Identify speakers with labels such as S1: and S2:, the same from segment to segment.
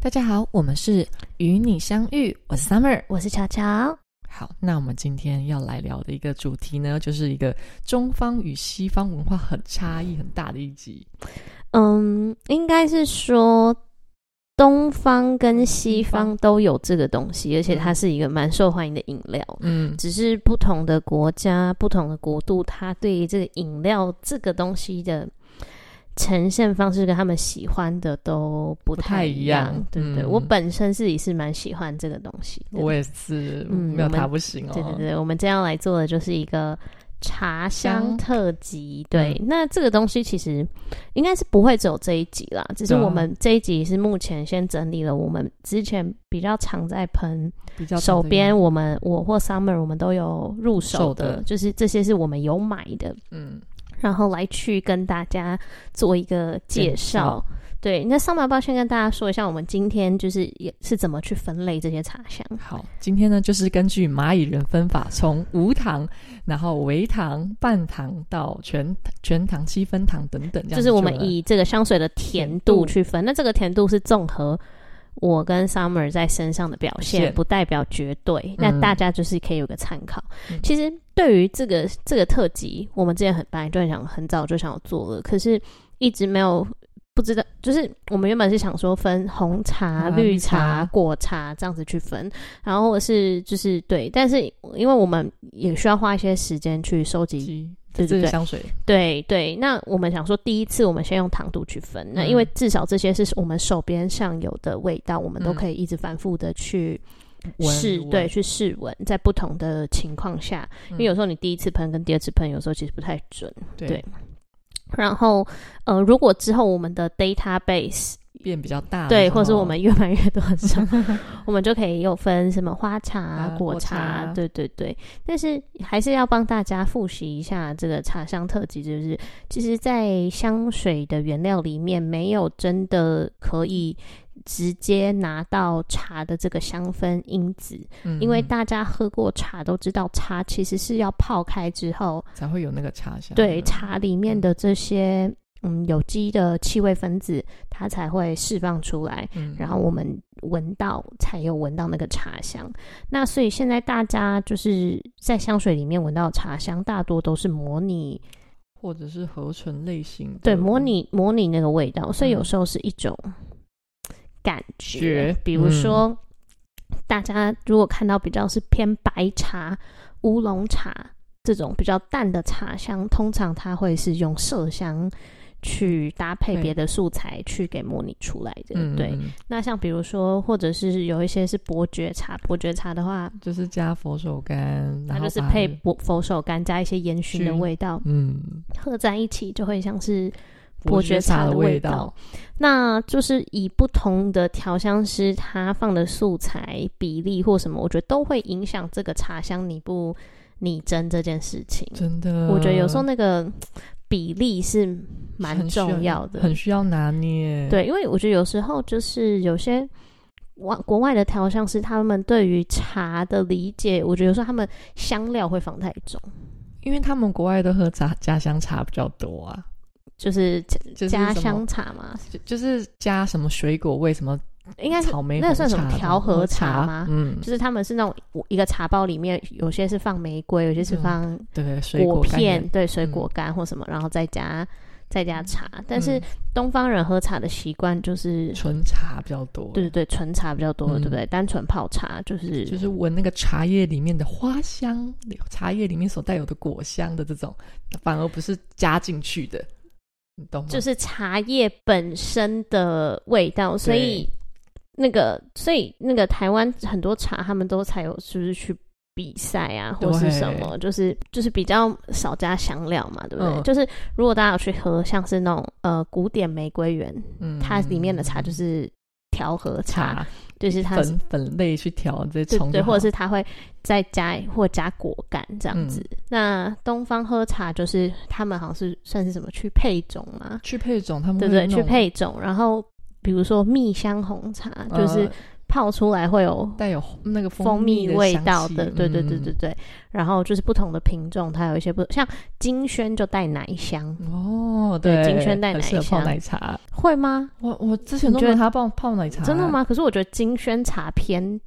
S1: 大家好，我们是与你相遇，我是 Summer。
S2: 我是乔乔。
S1: 好，那我们今天要来聊的一个主题呢，就是一个中方与西方文化很差异很大的一集。
S2: 嗯，应该是说东方跟西方都有这个东西，而且它是一个蛮受欢迎的饮料。
S1: 嗯，
S2: 只是不同的国家、不同的国度，它对于这个饮料这个东西的呈现方式，跟他们喜欢的都不太一
S1: 不太一样
S2: 对不对？
S1: 嗯
S2: 我本身自己是蛮喜欢这个东西的。
S1: 我也是，
S2: 嗯
S1: 没有
S2: 我们
S1: 他不行哦。
S2: 对对对，我们今天要来做的就是一个茶香
S1: 香嗯
S2: 特辑。对，那这个东西其实应该是不会只有这一集啦，只是
S1: 对啊
S2: 我们这一集是目前先整理了我们之前比较常在喷
S1: 比较
S2: 手边，
S1: 常
S2: 我们我或 Summer 我们都有入手
S1: 手
S2: 的，
S1: 的
S2: 就是这些是我们有买的，
S1: 见嗯，
S2: 然后来去跟大家做一个介
S1: 介绍
S2: 绍。对，那上马报先跟大家说一下，我们今天就是也是怎么去分类这些茶香。
S1: 好，今天呢就是根据蚂蚁人分法，从无糖，然后微糖、半糖到全全糖、七分糖等等，这样
S2: 就是我们
S1: 了
S2: 以这个香水的甜度去分。那这个甜度是综合我跟 Summer 在身上的表
S1: 表
S2: 现，
S1: 现
S2: 不代表绝对。那
S1: 嗯
S2: 大家就是可以有个参考。
S1: 嗯
S2: 其实对于这个这个特辑，我们之前很本来就很想很早就想要做了，可是一直没有。不知道，就是我们原本是想说分红茶、
S1: 啊
S2: 绿
S1: 绿
S2: 茶
S1: 茶、
S2: 果茶这样子去分，然后或者是就是对，但是因为我们也需要花一些时间去收集
S1: 及
S2: 对对
S1: 这个
S2: 对
S1: 香水，
S2: 对对，那我们想说，第一次我们先用糖度去分，那因为
S1: 嗯
S2: 至少这些是我们手边上有的味道，我们都
S1: 嗯
S2: 可以一直反复的去
S1: 闻
S2: 试，
S1: 闻嗯
S2: 对，去试闻，在不同的情况下，因为有时候你第一次喷跟第二次喷，有时候其实不太准。对
S1: 对
S2: 然后，呃，如果之后我们的 database
S1: 变比较大的时候，
S2: 对，或是我们越买越多的时候， 我们就可以有分什么花茶、
S1: 啊
S2: 果
S1: 果茶
S2: 对对对。但是还是要帮大家复习一下这个茶香特辑，就是其实，在香水的原料里面，没有真的可以直接拿到茶的这个香氛因子，
S1: 嗯，
S2: 因为
S1: 嗯
S2: 大家喝过茶都知道，茶其实是要泡开之后，
S1: 才会有那个茶香，
S2: 对茶里面
S1: 嗯
S2: 的这些。嗯，有机的气味分子，它才会释放出来。
S1: 嗯，
S2: 然后我们闻到才有闻到那个茶香。那所以现在大家就是在香水里面闻到的茶香，大多都是模拟
S1: 或者是合成类型的，
S2: 对模拟模拟那个味道，所以有
S1: 嗯
S2: 时候是一种感觉
S1: 觉，
S2: 比如
S1: 嗯
S2: 说、大家如果看到比较是偏白茶、乌龙茶这种比较淡的茶香，通常它会是用麝香。去搭配
S1: 对
S2: 别的素材去给模拟出来的，
S1: 嗯，
S2: 对，
S1: 嗯，嗯
S2: 那像比如说，或者是有一些是伯爵茶，伯爵茶的话，
S1: 就是加佛手柑，然
S2: 它
S1: 后
S2: 就是
S1: 把
S2: 配
S1: 那
S2: 佛佛手柑加一些烟熏的
S1: 熏
S2: 味道，
S1: 嗯
S2: 合在一起就会像是。伯爵茶
S1: 茶
S2: 的
S1: 的
S2: 味道
S1: 道，
S2: 那就是以不同的调香师他放的素材比例或什么，我觉得都会影响这个茶香拟不拟真这件事情。
S1: 真的，
S2: 我觉得有时候那个比例是蛮
S1: 很需
S2: 重要的，
S1: 很需要拿捏，，
S2: 对，因为我觉得有时候就是有些外国外的调香师，他们对于茶的理解，我觉得有时候他们香料会放太重，
S1: 因为他们国外都喝茶家乡茶比较多啊，
S2: 就是加
S1: 就是
S2: 加
S1: 什么
S2: 香茶嘛，
S1: 就就是加什么水果味什么
S2: 应该是
S1: 草莓
S2: 那
S1: 红
S2: 算什么
S1: 茶的
S2: 调和
S1: 喝
S2: 茶
S1: 茶
S2: 吗
S1: 嗯，
S2: 就是他们是那种一个茶包里面有些是放玫瑰，有些是
S1: 嗯
S2: 放
S1: 对，水
S2: 果
S1: 概念
S2: 片，对，水
S1: 嗯
S2: 果干或什么，然后再加。再加茶，但是东方人喝茶的习惯就是，
S1: 嗯纯茶比较多，
S2: 对对对，纯茶比较多，对不
S1: 嗯
S2: 对？单纯泡茶就是
S1: 就是闻那个茶叶里面的花香，茶叶里面所带有的果香的这种，反而不是加进去的，你懂吗？
S2: 就是茶叶本身的味道，所以那个，所以那个台湾很多茶，他们都才有就是去比赛啊，或是什么，就是就是比较少加香料嘛，对不对？
S1: 嗯
S2: 就是如果大家有去喝，像是那种呃古典玫瑰园，
S1: 嗯
S2: 它里面的茶就是调和茶，
S1: 茶
S2: 就是它是
S1: 粉粉类去调这
S2: 对
S1: 冲就
S2: 对，
S1: 好，
S2: 或者是它会再加或加果干这样子。
S1: 嗯
S2: 那东方喝茶就是他们好像是算是什么去配种啊嘛，
S1: 去配种，他们
S2: 对对，
S1: 会
S2: 去
S1: 嗯弄
S2: 配种，然后比如说蜜香红茶，就是
S1: 呃
S2: 泡出来会有
S1: 带有那个
S2: 蜂
S1: 蜜
S2: 蜜味
S1: 的香
S2: 道
S1: 气，
S2: 对对对
S1: 嗯
S2: 对对。然后就是不同的品种，它有一些不像金萱就带奶香，
S1: 哦，
S2: 对
S1: 对，
S2: 金萱带
S1: 很
S2: 奶
S1: 适合泡
S2: 香
S1: 奶茶。
S2: 会吗？
S1: 我我之前
S2: 你
S1: 都
S2: 觉
S1: 没有
S2: 得
S1: 他泡泡奶茶，
S2: 真的？吗？可是我觉得金萱茶偏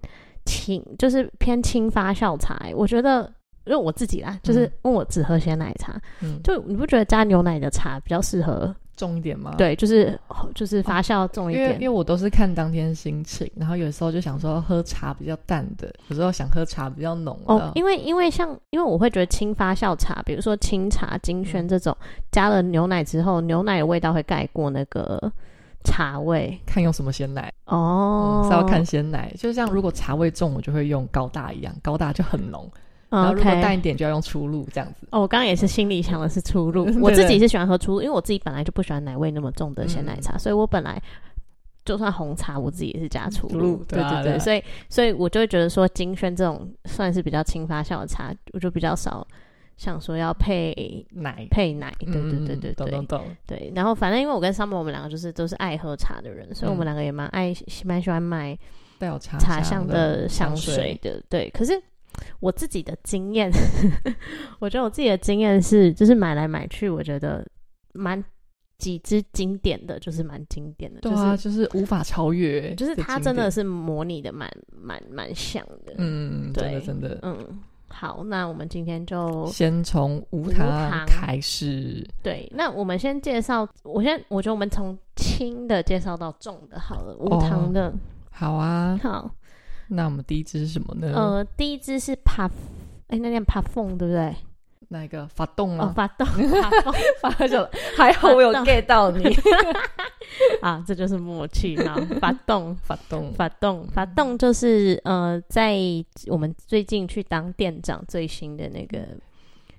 S2: 轻，就是偏轻发酵茶、欸。我觉得，因为我自己啦，就是
S1: 嗯
S2: 因为我只喝鲜奶茶，
S1: 嗯，
S2: 就你不觉得加牛奶的茶比较适合？
S1: 重一点吗？，
S2: 对，就是就是发酵重一
S1: 哦因为因
S2: 点
S1: 为。我都是看当天心情，然后有时候就想说喝茶比较淡的，有时候想喝茶比较浓的。
S2: 哦，因为因为像因为我会觉得轻发酵茶，比如说清茶、
S1: 嗯
S2: 金萱这种，加了牛奶之后，牛奶的味道会盖过那个茶味
S1: 看用什么鲜奶，
S2: 哦
S1: 嗯，。是要看鲜奶。就像如果茶味重，我就会用高大一样，高大就很浓，然后如
S2: OK。
S1: 果淡一点就要用初露这样子。
S2: 哦，我刚刚也是心里想的是出入
S1: 嗯对，
S2: 我自己
S1: 对嗯
S2: 是喜欢喝出入，因为我自己本来就不喜欢奶味那么重的鲜奶茶，所以我本来就算红茶，我自己也是加出
S1: 出
S2: 入
S1: 入，
S2: 对
S1: 对啊对
S2: 对，
S1: 啊
S2: 所以所以我就会觉得说金萱这种算是比较轻发酵的茶，我就比较少想说要配
S1: 奶，
S2: 配奶，对对
S1: 嗯
S2: 对对
S1: 懂
S2: 对、
S1: 懂懂。
S2: 对，然后反正因为我跟 Summer 我们两个就是都是爱喝茶的人，所以我们两个也蛮爱喜蛮喜欢买
S1: 带有嗯茶
S2: 茶
S1: 香
S2: 香的香
S1: 香
S2: 水，的，对。可是我自己的经验， 我觉得我自己的经验是，就是买来买去，我觉得蛮几支经典的，就是蛮经典的，
S1: 对
S2: 就
S1: 啊，
S2: 是
S1: 就是无法超越，
S2: 就是它真的，是模拟的蛮蛮蛮像的，嗯
S1: 嗯，真的
S2: 对
S1: 真的。
S2: 好，那我们今天就
S1: 先从无
S2: 无
S1: 糖
S2: 糖
S1: 开始，
S2: 对，那我们先介绍，我先我觉得我们从轻的介绍到重的好了，无
S1: 哦
S2: 糖的，
S1: 好啊。
S2: 好，
S1: 那我们第一支是什么呢？
S2: 呃，第一支是 puff，哎、那念 puff 凤对不对？
S1: 那个发动啊
S2: 哦，
S1: 吗？
S2: 发 动 puff 凤
S1: 嗯发动，还好我有 get 到你。
S2: 啊，这就是默契 啊！发动，
S1: 发动，
S2: 发动，发动就是呃，在我们最近去当店长最新的那个，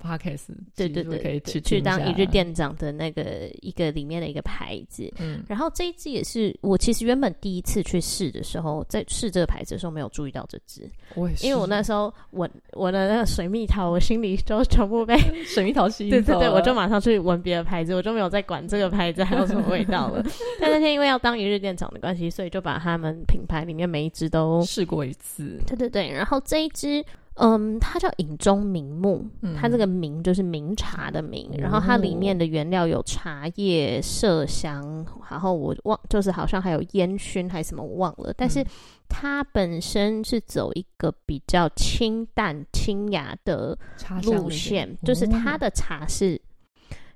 S1: podcast，
S2: 对对
S1: 其实
S2: 对，
S1: 可以
S2: 对
S1: 去
S2: 去
S1: 听
S2: 当
S1: 下
S2: 一日，店长的那个一个里面的一个牌子。
S1: 嗯，
S2: 然后这一支也是我其实原本第一次去试的时候，在试这个牌子的时候没有注意到这支，
S1: 我也是，
S2: 因为我 那时候闻我的那个水蜜桃，我心里就全部被
S1: 水蜜桃吸
S2: 对
S1: 引
S2: 对
S1: 走
S2: 对，
S1: 了
S2: 我就马上去闻别的牌子，我就没有再管这个牌子还有什么味道 了。但那天因为要当一日店长的关系，所以就把他们品牌里面每一支都，
S1: 试过一次，
S2: 对对对。然后这一支，嗯，它叫影中明目，
S1: 嗯
S2: 它这个明就是明茶的明，
S1: 哦
S2: 然后它里面的原料有茶叶、麝香，然后我忘就是好像还有烟熏还是什么我忘了，但是
S1: 嗯
S2: 它本身是走一个比较清淡清雅的。
S1: 插香
S2: 路
S1: 里
S2: 线
S1: 面，
S2: 就是它
S1: 哦
S2: 的茶是，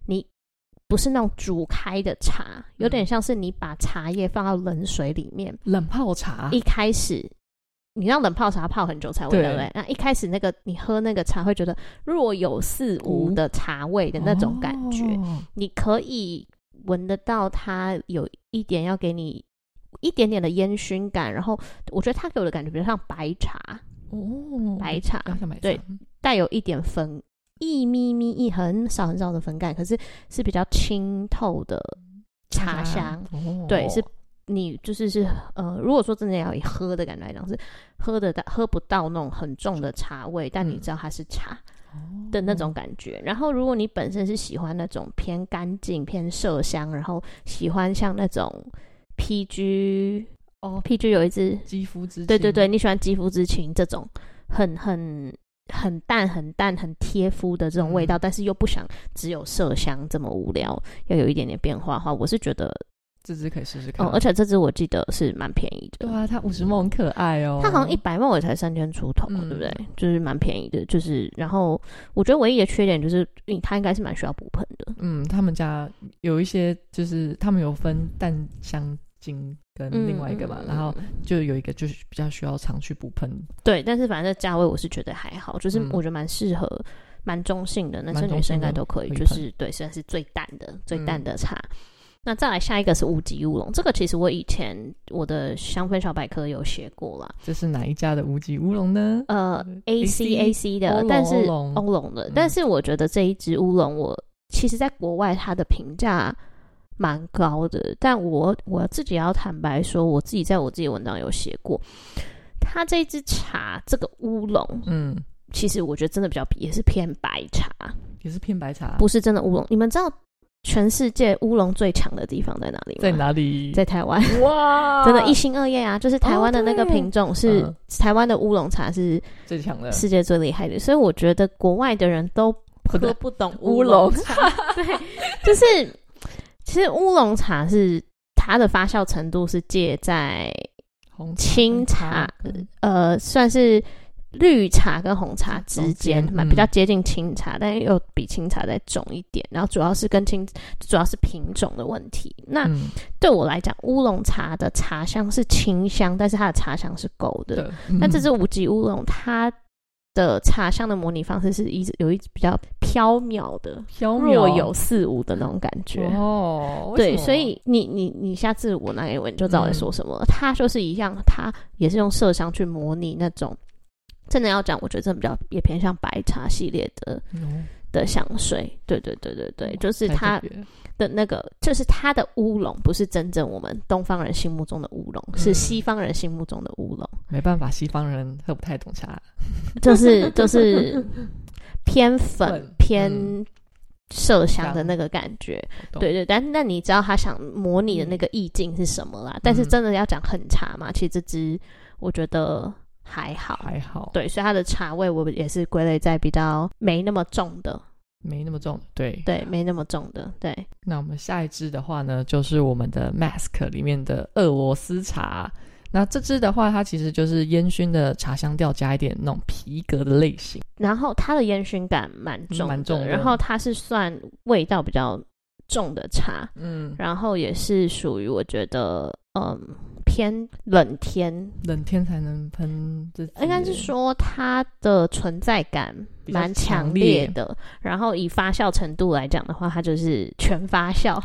S2: 你不是那种煮开的茶，有
S1: 嗯
S2: 点像是你把茶叶放到冷水里面，
S1: 冷泡茶，
S2: 一开始。你让冷泡茶泡很久才会
S1: 啊对
S2: 对不对？那一开始那个你喝那个茶会觉得若有似无
S1: 无
S2: 的茶味的那种感觉，
S1: 哦
S2: 你可以闻得到它有一点要给你一点点的烟熏感，然后我觉得它给我的感觉比较像白茶，
S1: 哦，
S2: 嗯白茶，
S1: 要想买
S2: 对
S1: 茶，嗯
S2: 带有一点粉，一咪咪一很少很少的粉感，可是是比较清透的嗯茶香。
S1: 哦，
S2: 对是你就是是呃，如果说真的要以喝的感觉来讲，是喝的喝不到那种很重的茶味，但你
S1: 嗯
S2: 知道它是茶
S1: 哦
S2: 的那种感觉。然后，如果你本身是喜欢那种偏干净、偏麝香，然后喜欢像那种 PG
S1: 哦
S2: PG 有一支
S1: 肌肤之
S2: 对
S1: 亲
S2: 对对，，你喜欢肌肤之情这种很很很淡很淡很贴肤的这种
S1: 嗯
S2: 味道，但是又不想只有麝香这么无聊，要有一点点变化的话，我是觉得，
S1: 这支可以试试
S2: 嗯
S1: 看，，
S2: 而且这支我记得是蛮便宜的
S1: 对。啊，它五十梦很可爱哦，
S2: 它好像一百万也才三千出头，
S1: 嗯
S2: 对不对？就是蛮便宜的，就是然后我觉得唯一的缺点就是，嗯它应该是蛮需要补喷的。
S1: 嗯，他们家有一些就是他们有分淡香精跟
S2: 嗯
S1: 另外一个嘛，
S2: 嗯
S1: 然后就有一个就是比较需要常去补喷，
S2: 对，但是反正这价位我是觉得还好，就是
S1: 嗯
S2: 我觉得蛮适合、蛮中性的，男
S1: 蛮
S2: 生女
S1: 中
S2: 生
S1: 性
S2: 应
S1: 的
S2: 该都可以，
S1: 可以
S2: 就是对，算是最淡的、最淡的茶。那再来下一个是无极乌龙，这个其实我以前我的香氛小百科有写过啦，
S1: 这是哪一家的无极乌龙呢？
S2: 呃，A C
S1: AC
S2: A C 的
S1: 乌，龙
S2: 呃但是哦
S1: 乌龙
S2: 乌龙的
S1: 嗯，
S2: 但是我觉得这一支乌龙，我其实在国外它的评价蛮高的，但我我自己要坦白说，我自己在我自己的文章有写过，它这一支茶这个乌龙，
S1: 嗯，
S2: 其实我觉得真的比较也是偏白茶，
S1: 也是偏白茶，
S2: 不是真的乌龙。你们知道，全世界乌龙最强的地方在哪里吗？
S1: 在？哪里？
S2: 在台 湾。
S1: 哇，
S2: 真的，一心二用啊！就是台湾的那个品种是、
S1: 嗯
S2: 台湾的乌龙茶是
S1: 最强的
S2: 世界最厉害的，所以我觉得国外的人都
S1: 不
S2: 喝
S1: 对
S2: 不懂
S1: 乌
S2: 乌
S1: 龙
S2: 龙茶。 对，就是其实乌龙茶是它的发酵程度是介在
S1: 红
S2: 清茶，呃，算是绿茶跟红茶之间
S1: 中间
S2: 嘛，
S1: 嗯
S2: 比较接近清茶，但又比清茶再重一点。然后主要是跟清，主要是品种的问题。那
S1: 嗯，
S2: 对我来讲，乌龙茶的茶香是清香，但是它的茶香是够的。
S1: 对，嗯
S2: 那这支无极乌龙，它的茶香的模拟方式是一直有一比较飘渺的、
S1: 飘
S2: 若有似无的那种感觉。
S1: 哦，为
S2: 对，
S1: 什么嗯
S2: 所以你你你下次我拿给我，你就知道我在说什么了。它就是一样，它也是用麝香去模拟那种。真的要讲，我觉得这比较也偏向白茶系列的
S1: 嗯
S2: 的香水。对对对对对，就是
S1: 太特
S2: 它
S1: 别
S2: 的那个，就是它的乌龙，不是真正我们东方人心目中的乌龙，是
S1: 嗯
S2: 西方人心目中的乌龙。
S1: 没办法，西方人喝不太懂茶，
S2: 就是就是偏粉
S1: 粉
S2: 偏
S1: 嗯
S2: 麝香的
S1: 香
S2: 那个感觉，
S1: 懂
S2: 对对。但那你知道他想模拟的那个意境是什么啦？但是
S1: 嗯
S2: 真的要讲很茶嘛，其实这支我觉得还好，
S1: 还好，
S2: 对，所以它的茶味我也是归类在比较没那么重的，
S1: 没那么重，对。
S2: 对，没那么重的，对。
S1: 那我们下一支的话呢，就是我们的 Mask 里面的俄罗斯茶。那这支的话，它其实就是烟熏的茶香调，加一点那种皮革的类型。
S2: 然后它的烟熏感蛮重的，
S1: 嗯蛮重的
S2: 然后它是算味道比较重的茶，
S1: 嗯，
S2: 然后也是属于我觉得嗯偏冷天，
S1: 冷天才能喷这支，
S2: 应该是说它的存在感
S1: 比较
S2: 蛮
S1: 强
S2: 强
S1: 烈
S2: 烈的。然后以发酵程度来讲的话，它就是全发酵。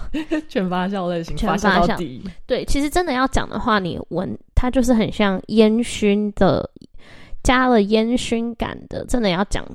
S1: 全发酵类型，
S2: 全
S1: 发
S2: 发
S1: 酵到
S2: 酵
S1: 底。
S2: 对，其实真的要讲的话，你闻它就是很像烟熏的，加了烟熏感的。真的要讲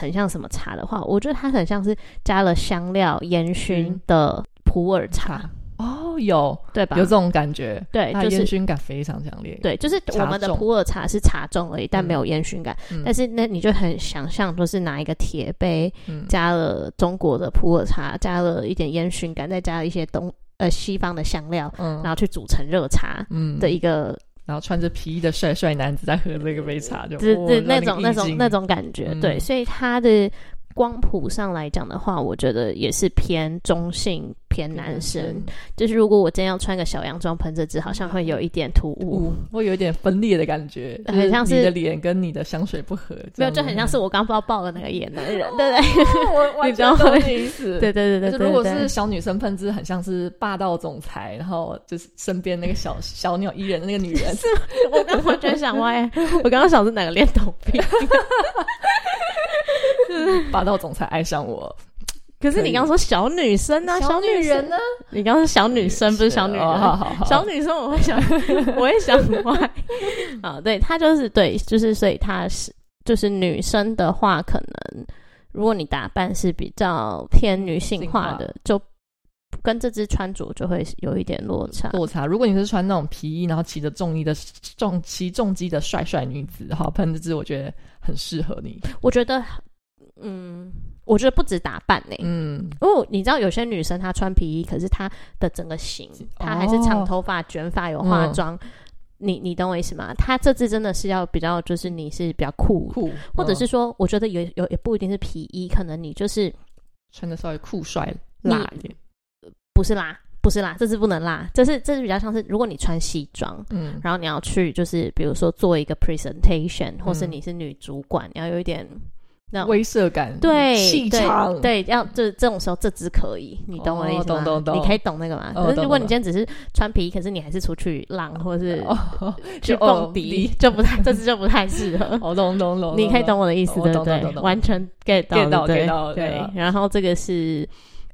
S2: 很像什么茶的话，我觉得它很像是加了香料烟熏
S1: 嗯
S2: 的普洱茶，
S1: 哦，有
S2: 对吧
S1: 有？这种感觉，
S2: 对，
S1: 它的
S2: 就是
S1: 烟熏感非常强烈。，
S2: 对，就是我们
S1: 茶
S2: 的
S1: 种
S2: 普洱茶是茶重而已，但
S1: 嗯
S2: 没有烟熏感。
S1: 嗯
S2: 但是那你就很想象，就是拿一个铁杯，
S1: 嗯，
S2: 加了中国的普洱茶，加了一点烟熏感，再加了一些东呃西方的香料，
S1: 嗯
S2: 然后去煮成热茶
S1: 嗯
S2: 的一个，
S1: 然后穿着皮衣的帅帅男子在喝这个杯茶，就
S2: 对
S1: 哦
S2: 对
S1: 让
S2: 那
S1: 个
S2: 种
S1: 意
S2: 那种
S1: 境
S2: 那种感觉。
S1: 嗯
S2: 对，所以它的光谱上来讲的话，我觉得也是偏中性。偏男生，就是如果我真要穿个小洋装喷这支，好像会有一点突兀。
S1: 雾，会有一点分裂的感觉，就
S2: 很像
S1: 你
S2: 是
S1: 的脸跟你的香水不合，
S2: 没有，就很
S1: 嗯
S2: 像是我刚不知道爆的那个野男 人，对不对？
S1: 我
S2: 完全懂
S1: 你意思
S2: 对对
S1: 就
S2: 对对
S1: 是
S2: 对。
S1: 如果
S2: 对
S1: 是小女生喷汁，很像是霸道总裁，然后就是身边那个小小鸟依人的那个女人，
S2: 我刚完全 想歪，我刚刚想是哪个恋童癖？
S1: 霸道总裁爱上我，
S2: 可是
S1: 可以
S2: 你刚刚说小女生呢、小
S1: 女人
S2: 生
S1: 呢？
S2: 你刚刚说小女生不是小女
S1: 哦好
S2: 人，
S1: 好好，
S2: 小女生我会 想，我会想歪。啊，对，她就是对，就是所以她是就是女生的话，可能如果你打扮是比较偏女性化的，就跟这支穿着就会有一点落差。
S1: 落差。如果你是穿那种皮衣，然后骑着重衣的重骑重机的帅帅女子，哈，喷这支我觉得很适合你。
S2: 我觉得，嗯，我觉得不止打扮呢、
S1: 嗯，
S2: 哦，你知道有些女生她穿皮衣，可是她的整个型，她还是哦嗯长头发、卷发、有化妆。你你懂我意思吗？她这次真的是要比较，就是你是比较酷，
S1: 酷，
S2: 或者
S1: 嗯
S2: 是说，我觉得有有也不一定是皮衣，可能你就是
S1: 穿的稍微酷帅
S2: 你
S1: 辣一点。
S2: 不是拉，不是拉，这次不能拉，这是这是比较像是，如果你穿西装，
S1: 嗯，
S2: 然后你要去就是比如说做一个 presentation，或是
S1: 嗯
S2: 你是女主管，你要有一点那种
S1: 威慑感，
S2: 嗯对
S1: 气场，，
S2: 对，对要这这种时候这只可以，你懂我的意
S1: 哦
S2: 思吗？
S1: 懂懂懂
S2: 你可以懂那个吗？
S1: 哦
S2: 可是
S1: 懂
S2: 如果
S1: 懂
S2: 你今天只是穿皮衣，可是你还是出去浪或是
S1: 哦，
S2: 去
S1: 就
S2: 蹦迪，就不太这 只就不太适合。
S1: 哦，懂懂懂，
S2: 你可以懂我的意思
S1: 我
S2: 对不
S1: 懂懂
S2: 对
S1: 懂？懂
S2: 完全 get 到
S1: get 到
S2: 对
S1: get 到对
S2: 对
S1: 啊。
S2: 然后这个是。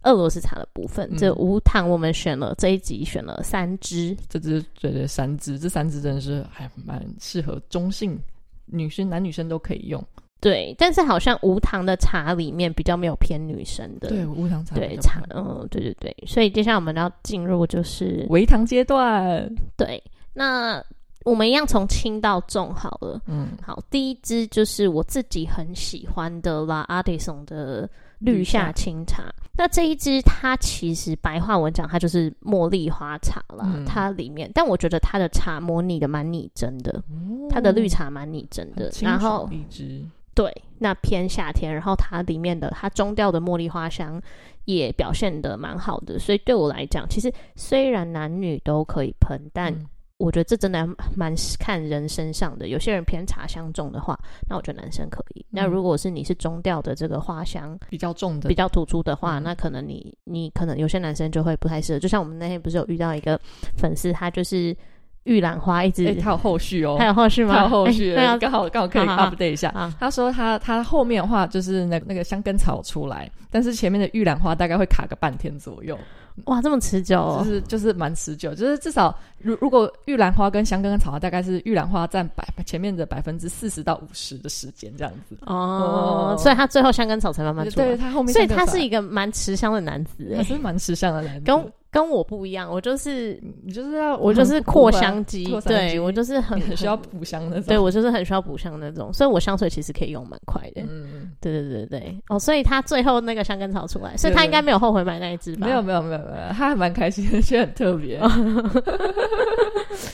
S2: 俄罗斯茶的部分，
S1: 嗯
S2: 这无糖我们选了这一集选了三支，
S1: 这只对对三只，这三只真的是还蛮适合中性女生，男女生都可以用。
S2: 对，但是好像无糖的茶里面比较没有偏女生的，
S1: 对，无糖茶比
S2: 对
S1: 较
S2: 茶
S1: 不，
S2: 嗯，对对对，所以接下来我们要进入就是
S1: 微糖阶段，
S2: 对，那我们一样从轻到重好了。
S1: 嗯，
S2: 好，第一支就是我自己很喜欢的啦 Artisan 的绿夏清茶。那这一支它其实白话文讲它就是茉莉花茶啦，
S1: 嗯
S2: 它里面，但我觉得它的茶模拟的蛮拟真的，它的绿茶蛮拟真
S1: 嗯很，
S2: 的
S1: 哦清
S2: 然后
S1: 爽荔枝，
S2: 对，那偏夏天，然后它里面的它中调的茉莉花香也表现的蛮好的，所以对我来讲，其实虽然男女都可以喷，但
S1: 嗯
S2: 我觉得这真的蛮看人身上的。有些人偏茶香重的话，那我觉得男生可以；那
S1: 嗯
S2: 如果是你是中调的这个花香
S1: 比较重的
S2: 比较突出的话，
S1: 嗯
S2: 那可能你你可能有些男生就会不太适合。就像我们那天不是有遇到一个粉丝，他就是玉兰花一直，
S1: 哎，它有后续哦，
S2: 还有后续吗？
S1: 它有后
S2: 哎
S1: 续，
S2: 对啊，
S1: 刚好刚好可以
S2: 好好好
S1: update 一下。
S2: 啊，
S1: 他说他他后面的话就是那那个香根草出来，但是前面的玉兰花大概会卡个半天左右，
S2: 哇，这么持久、哦，
S1: 就是就是蛮持久，就是至少如如果玉兰花跟香根草花大概是玉兰花占百前面的百分之四十到五十的时间这样子，
S2: 哦
S1: 哦，
S2: 所以他最后香根草才慢慢出
S1: 对
S2: 来。
S1: 他后面
S2: 所以
S1: 香根
S2: 他
S1: 草嗯
S2: 是一个蛮持香的男子
S1: 还
S2: 哎，
S1: 是蛮吃香的男子，
S2: 跟跟我不一样，我就是
S1: 你就是要
S2: 我就是
S1: 很
S2: 扩
S1: 苦啊
S2: 香机
S1: 嗯扩，香
S2: 对
S1: 机
S2: 我就是很
S1: 很 需要
S2: 很
S1: 补香那种，
S2: 对我就是很需要补香那种，所以我香水其实可以用蛮快的。
S1: 嗯，
S2: 对对对对，哦，所以他最后那个香根草出来，所以他
S1: 对
S2: 应该没有后悔买那一支吧？哦
S1: 没有，没有没有没有，他还蛮开心的，觉得很特别，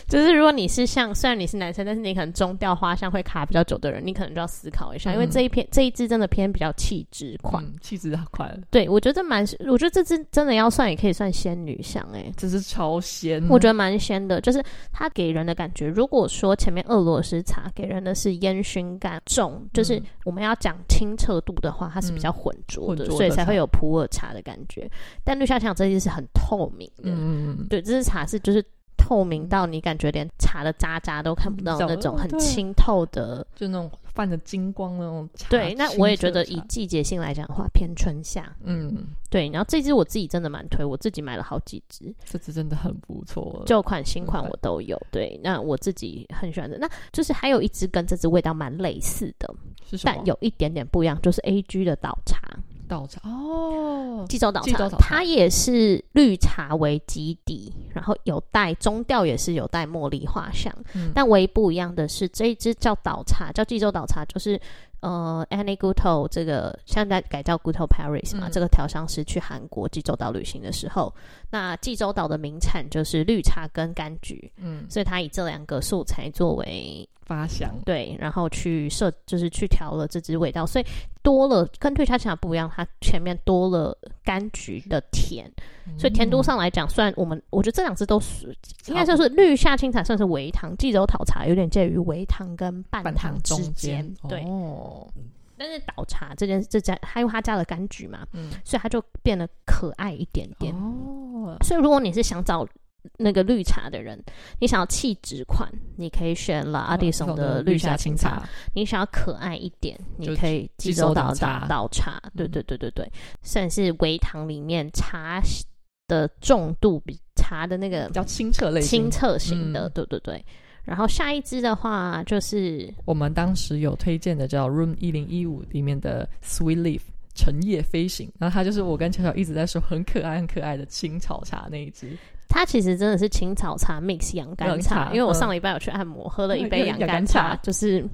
S2: 就是如果你是像虽然你是男生，但是你可能中调花香会卡比较久的人，你可能就要思考一下，因为
S1: 嗯
S2: 这一篇这一支真的偏比较气质款。
S1: 嗯气质好快，
S2: 对我觉得蛮，我觉得这支真的要算也可以算仙女香哎、
S1: 这是超鲜，
S2: 我觉得蛮鲜的，就是它给人的感觉。如果说前面俄罗斯茶给人的是烟熏感重，就是
S1: 嗯
S2: 我们要讲清澈度的话，它是比较浑浊的，
S1: 浑浊的
S2: 所以才
S1: 茶
S2: 会有普洱茶的感觉。但绿茶香这些是很透明的，
S1: 嗯，嗯嗯
S2: 对，这支茶是就是透明到你感觉连茶的渣渣都看不到
S1: 嗯
S2: 那种
S1: 哦
S2: 很
S1: 对
S2: 清透的。啊
S1: 就那种泛着金光那种茶，
S2: 对，那我也觉得
S1: 清
S2: 以
S1: 澈的茶
S2: 季节性来讲的话，偏春夏。
S1: 嗯，
S2: 对，然后这支我自己真的蛮推，我自己买了好几支。
S1: 这支真的很不错，
S2: 旧款、新款
S1: 嗯
S2: 我都有。对，那我自己很喜欢的，那就是还有一支跟这支味道蛮类似的，
S1: 是什么
S2: 但有一点点不一样，就是 A G 的岛茶，
S1: 倒茶哦，
S2: 济州岛
S1: 济州
S2: 茶，
S1: 岛茶
S2: 它也是绿茶为基底，然后有带中调，也是有带茉莉花香。
S1: 嗯
S2: 但唯一不一样的是，这一支叫岛茶，叫济州岛茶，就是呃，Annie Guto 这个现在改叫 Guto Paris 嘛，
S1: 嗯
S2: 这个调香师去韩国济州岛旅行的时候，那济州岛的名产就是绿茶跟柑橘，
S1: 嗯，
S2: 所以他以这两个素材作为
S1: 发香，
S2: 对，然后去设就是去调了这支味道，所以多了跟退茶茶不一样，它前面多了柑橘的甜，
S1: 嗯
S2: 所以甜度上来讲，虽然我们我觉得这两支都是应该
S1: 差
S2: 算
S1: 不多
S2: 是绿夏青茶算是微糖，济州岛茶有点介于微糖跟半
S1: 嗯半
S2: 糖
S1: 糖
S2: 之
S1: 中间，
S2: 对。
S1: 哦，
S2: 但是岛茶这件这家，它因为它加了柑橘嘛，
S1: 嗯，
S2: 所以它就变得可爱一点点。
S1: 哦，
S2: 所以如果你是想找那个绿茶的人，你想要气质款，你可以选了阿迪松的
S1: 嗯绿
S2: 茶
S1: 茶
S2: 清
S1: 清
S2: 茶。，你想要可爱一点，你
S1: 就
S2: 可以
S1: 济
S2: 济
S1: 州
S2: 州岛
S1: 岛
S2: 岛
S1: 茶嗯
S2: 岛茶，对对对对对，算是微糖里面茶的重度比茶的那个
S1: 比较清澈类型
S2: 清。澈型的，
S1: 嗯
S2: 对对对。然后下一支的话就是
S1: 我们当时有推荐的叫 Room 一零一五里面的 Sweet Leaf。橙叶飞行，然后它就是我跟巧巧一直在说很可爱、很可爱的青草茶那一支，
S2: 它其实真的是青草茶 mix 洋甘
S1: 洋
S2: 茶，
S1: 茶
S2: 因为我
S1: 嗯
S2: 上礼拜有去按摩，喝了一
S1: 嗯
S2: 杯
S1: 洋
S2: 洋
S1: 洋
S2: 甘
S1: 甘
S2: 茶
S1: 茶，
S2: 就是，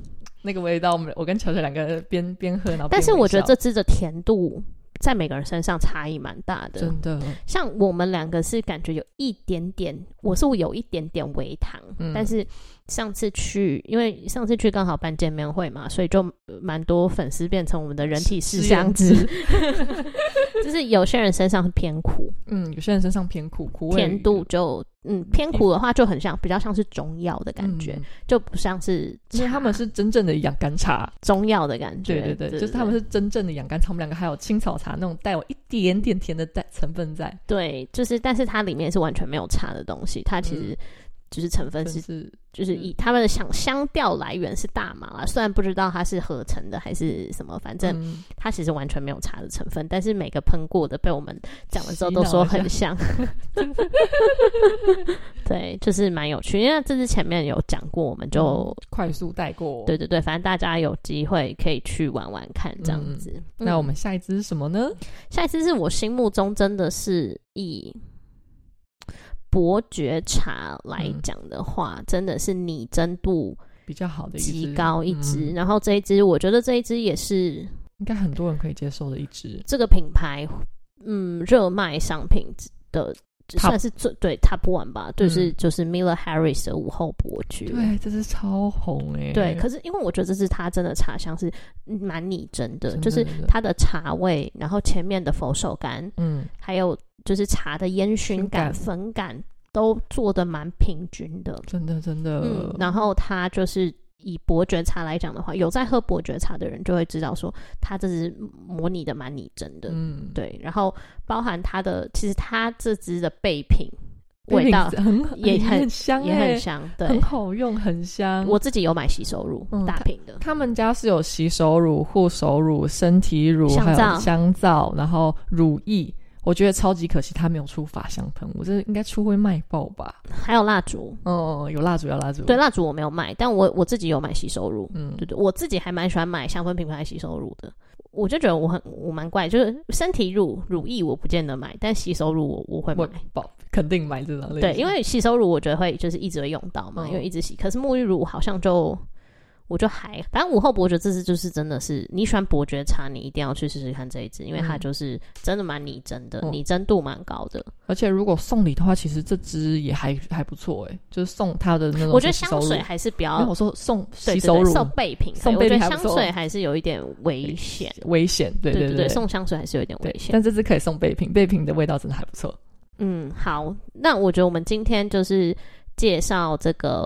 S1: 那个味道，我们我跟巧巧两个人边边喝，然后边
S2: 但是我觉得
S1: 微
S2: 这支的甜度在每个人身上差异蛮大
S1: 笑
S2: 的，
S1: 真的，
S2: 像我们两个是感觉有一点点，我是有一点点微糖，
S1: 嗯
S2: 但是上次去，因为上次去刚好办见面会嘛，所以就呃蛮多粉丝变成我们的人体试香
S1: 吃
S2: 纸， 就是有些人身上偏苦，
S1: 嗯，有些人身上偏苦，苦味
S2: 甜度就嗯偏苦的话就很像比较像是中药的感觉，
S1: 嗯
S2: 就不像是
S1: 因为他们
S2: 茶
S1: 是真正的养肝茶，
S2: 中药的感觉，
S1: 对对对，就是他们是真正的养肝茶。我们两个还有青草茶那种带有一点点甜的带成分在，
S2: 对，就是但是它里面是完全没有茶的东西，它其
S1: 嗯
S2: 实就是成分
S1: 但
S2: 是
S1: 是
S2: 就是
S1: 嗯
S2: 以他们的香香调来源是大麻啦，虽然不知道它是合成的还是什么，反正
S1: 嗯
S2: 它其实完全没有茶的成分，但是每个喷过的被我们讲了之后
S1: 洗
S2: 都
S1: 脑
S2: 说
S1: 一下
S2: 很像。对，就是蛮有趣，因为这之前面有讲过，我们就、
S1: 快速带过。
S2: 对，对对，反正大家有机会可以去玩玩看这样
S1: 嗯
S2: 子。
S1: 那
S2: 嗯
S1: 我们下一支是什么呢？
S2: 下一次是我心目中真的是以伯爵茶来
S1: 嗯
S2: 讲的话，真的是拟真度
S1: 比较好的一支，
S2: 极高一支，
S1: 嗯
S2: 然后这一支我觉得这一支也是
S1: 应该很多人可以接受的一支。
S2: 这个品牌嗯热卖商品的，
S1: Top
S2: 算是最对 Top One 吧，就是、
S1: 嗯
S2: 就是 Miller Harris 的午后伯爵。
S1: 对，这是超红哎、
S2: 对，可是因为我觉得这是它真的茶香是蛮拟真的，
S1: 真的
S2: 就是
S1: 真的
S2: 它的茶味，然后前面的佛手柑，
S1: 嗯，
S2: 还有就是茶的烟熏
S1: 熏
S2: 感、
S1: 感
S2: 粉感都做的蛮平均的。
S1: 真的真的，
S2: 嗯，然后它就是以伯爵茶来讲的话，有在喝伯爵茶的人就会知道说，它这是模拟的蛮拟真的。
S1: 嗯，
S2: 对，然后包含它的，其实它这支的备品
S1: 那
S2: 味
S1: 瓶
S2: 道
S1: 子很
S2: 也很
S1: 很香、欸，
S2: 也很香，对
S1: 很。好用，很香。
S2: 我自己有买洗手乳，
S1: 嗯
S2: 大
S1: 它
S2: 瓶的，
S1: 他们家是有洗手乳、护手乳、身体乳，
S2: 香
S1: 还
S2: 皂
S1: 有香皂，然后乳液。我觉得超级可惜，它没有出法香喷雾，这应该出会卖爆吧？
S2: 还有蜡烛。
S1: 哦，有蜡烛，有蜡烛。
S2: 对，蜡烛我没有买，但我我自己有买洗手乳。
S1: 嗯，
S2: 对对，我自己还蛮喜欢买香氛品牌洗手乳的。我就觉得我很我蛮怪，就是身体乳乳液我不见得买，但洗手乳我我会买
S1: 我。爆肯定买这种类型。
S2: 对，因为洗手乳我觉得会就是一直会用到嘛，
S1: 嗯
S2: 因为一直洗。可是沐浴乳好像就我就还，反正午后伯爵这支就是真的是你喜欢伯爵茶，你一定要去试试看这一支，因为它
S1: 嗯
S2: 就是真的蛮拟真的，
S1: 嗯
S2: 拟真度蛮高的。
S1: 而且如果送礼的话，其实这支也还还不错哎，就是送它的那种。
S2: 我觉得香水，还是
S1: 没
S2: 比
S1: 有
S2: 较
S1: 我说送
S2: 对
S1: 洗
S2: 对
S1: 手
S2: 对
S1: 乳
S2: 送备品，
S1: 送
S2: 我
S1: 备
S2: 觉得
S1: 品还
S2: 香
S1: 不错
S2: 水还是有一点危险。
S1: 危险，对
S2: 对
S1: 对
S2: 对，送香水还是有点危
S1: 对，
S2: 险。
S1: 但这支可以送备品，备品的味道真的还不错。
S2: 嗯，好，那我觉得我们今天就是介绍这个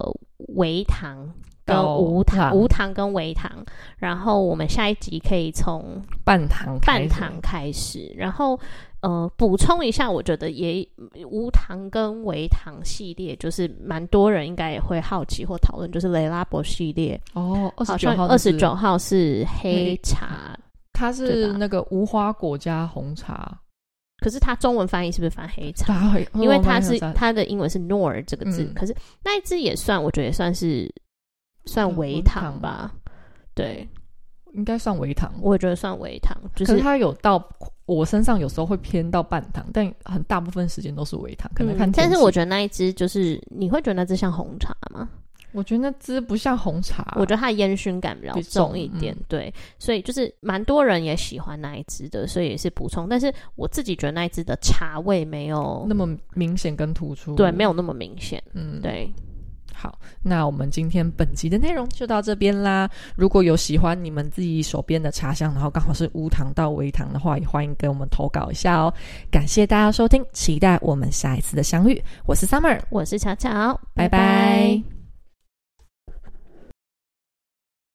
S2: 微糖跟
S1: 到
S2: 无糖、
S1: 糖
S2: 无糖跟微糖，然后我们下一集可以从
S1: 半糖开
S2: 半
S1: 始，
S2: 糖开始，然后呃补充一下，我觉得也无糖跟微糖系列，就是蛮多人应该也会好奇或讨论，就是雷拉伯系列，
S1: 哦，二十
S2: 好
S1: 九
S2: 像
S1: 号
S2: 二
S1: 那支
S2: 十九号是黑
S1: 黑
S2: 茶，
S1: 它
S2: 对
S1: 是
S2: 吧
S1: 那个无花果加红茶，
S2: 可是它中文翻译是不是翻黑茶？
S1: 它会
S2: 因为
S1: 哦
S2: 它
S1: 蛮有
S2: 是
S1: 茶
S2: 它的英文是 nor 这个字，
S1: 嗯
S2: 可是那一只也算，我觉得也算是算
S1: 嗯
S2: 微
S1: 微
S2: 糖
S1: 糖
S2: 吧。对，
S1: 应该算微糖，
S2: 我也觉得算微糖，就
S1: 可
S2: 是
S1: 是它有到我身上有时候会偏到半糖，但很大部分时间都是微糖，可能看
S2: 嗯
S1: 天
S2: 但
S1: 气、
S2: 是我觉得那一只就是你会觉得那只像红茶吗？
S1: 我觉得那支不像红茶，
S2: 我觉得它的烟熏感比较
S1: 啊比较
S2: 重
S1: 重
S2: 一点，
S1: 嗯
S2: 对，所以就是蛮多人也喜欢那一只的，所以也是补充。但是我自己觉得那一只的茶味没有
S1: 那么明显跟突出，
S2: 对没
S1: 有，
S2: 有那么明显，
S1: 嗯，。
S2: 对，
S1: 好，那我们今天本集的内容就到这边啦。如果有喜欢你们自己手边的茶香，然后刚好是无糖到微糖的话，也欢迎给我们投稿一下哦。感谢大家收听，期待我们下一次的相遇。我是 Summer，
S2: 我是巧巧，
S1: 拜拜
S2: 哦拜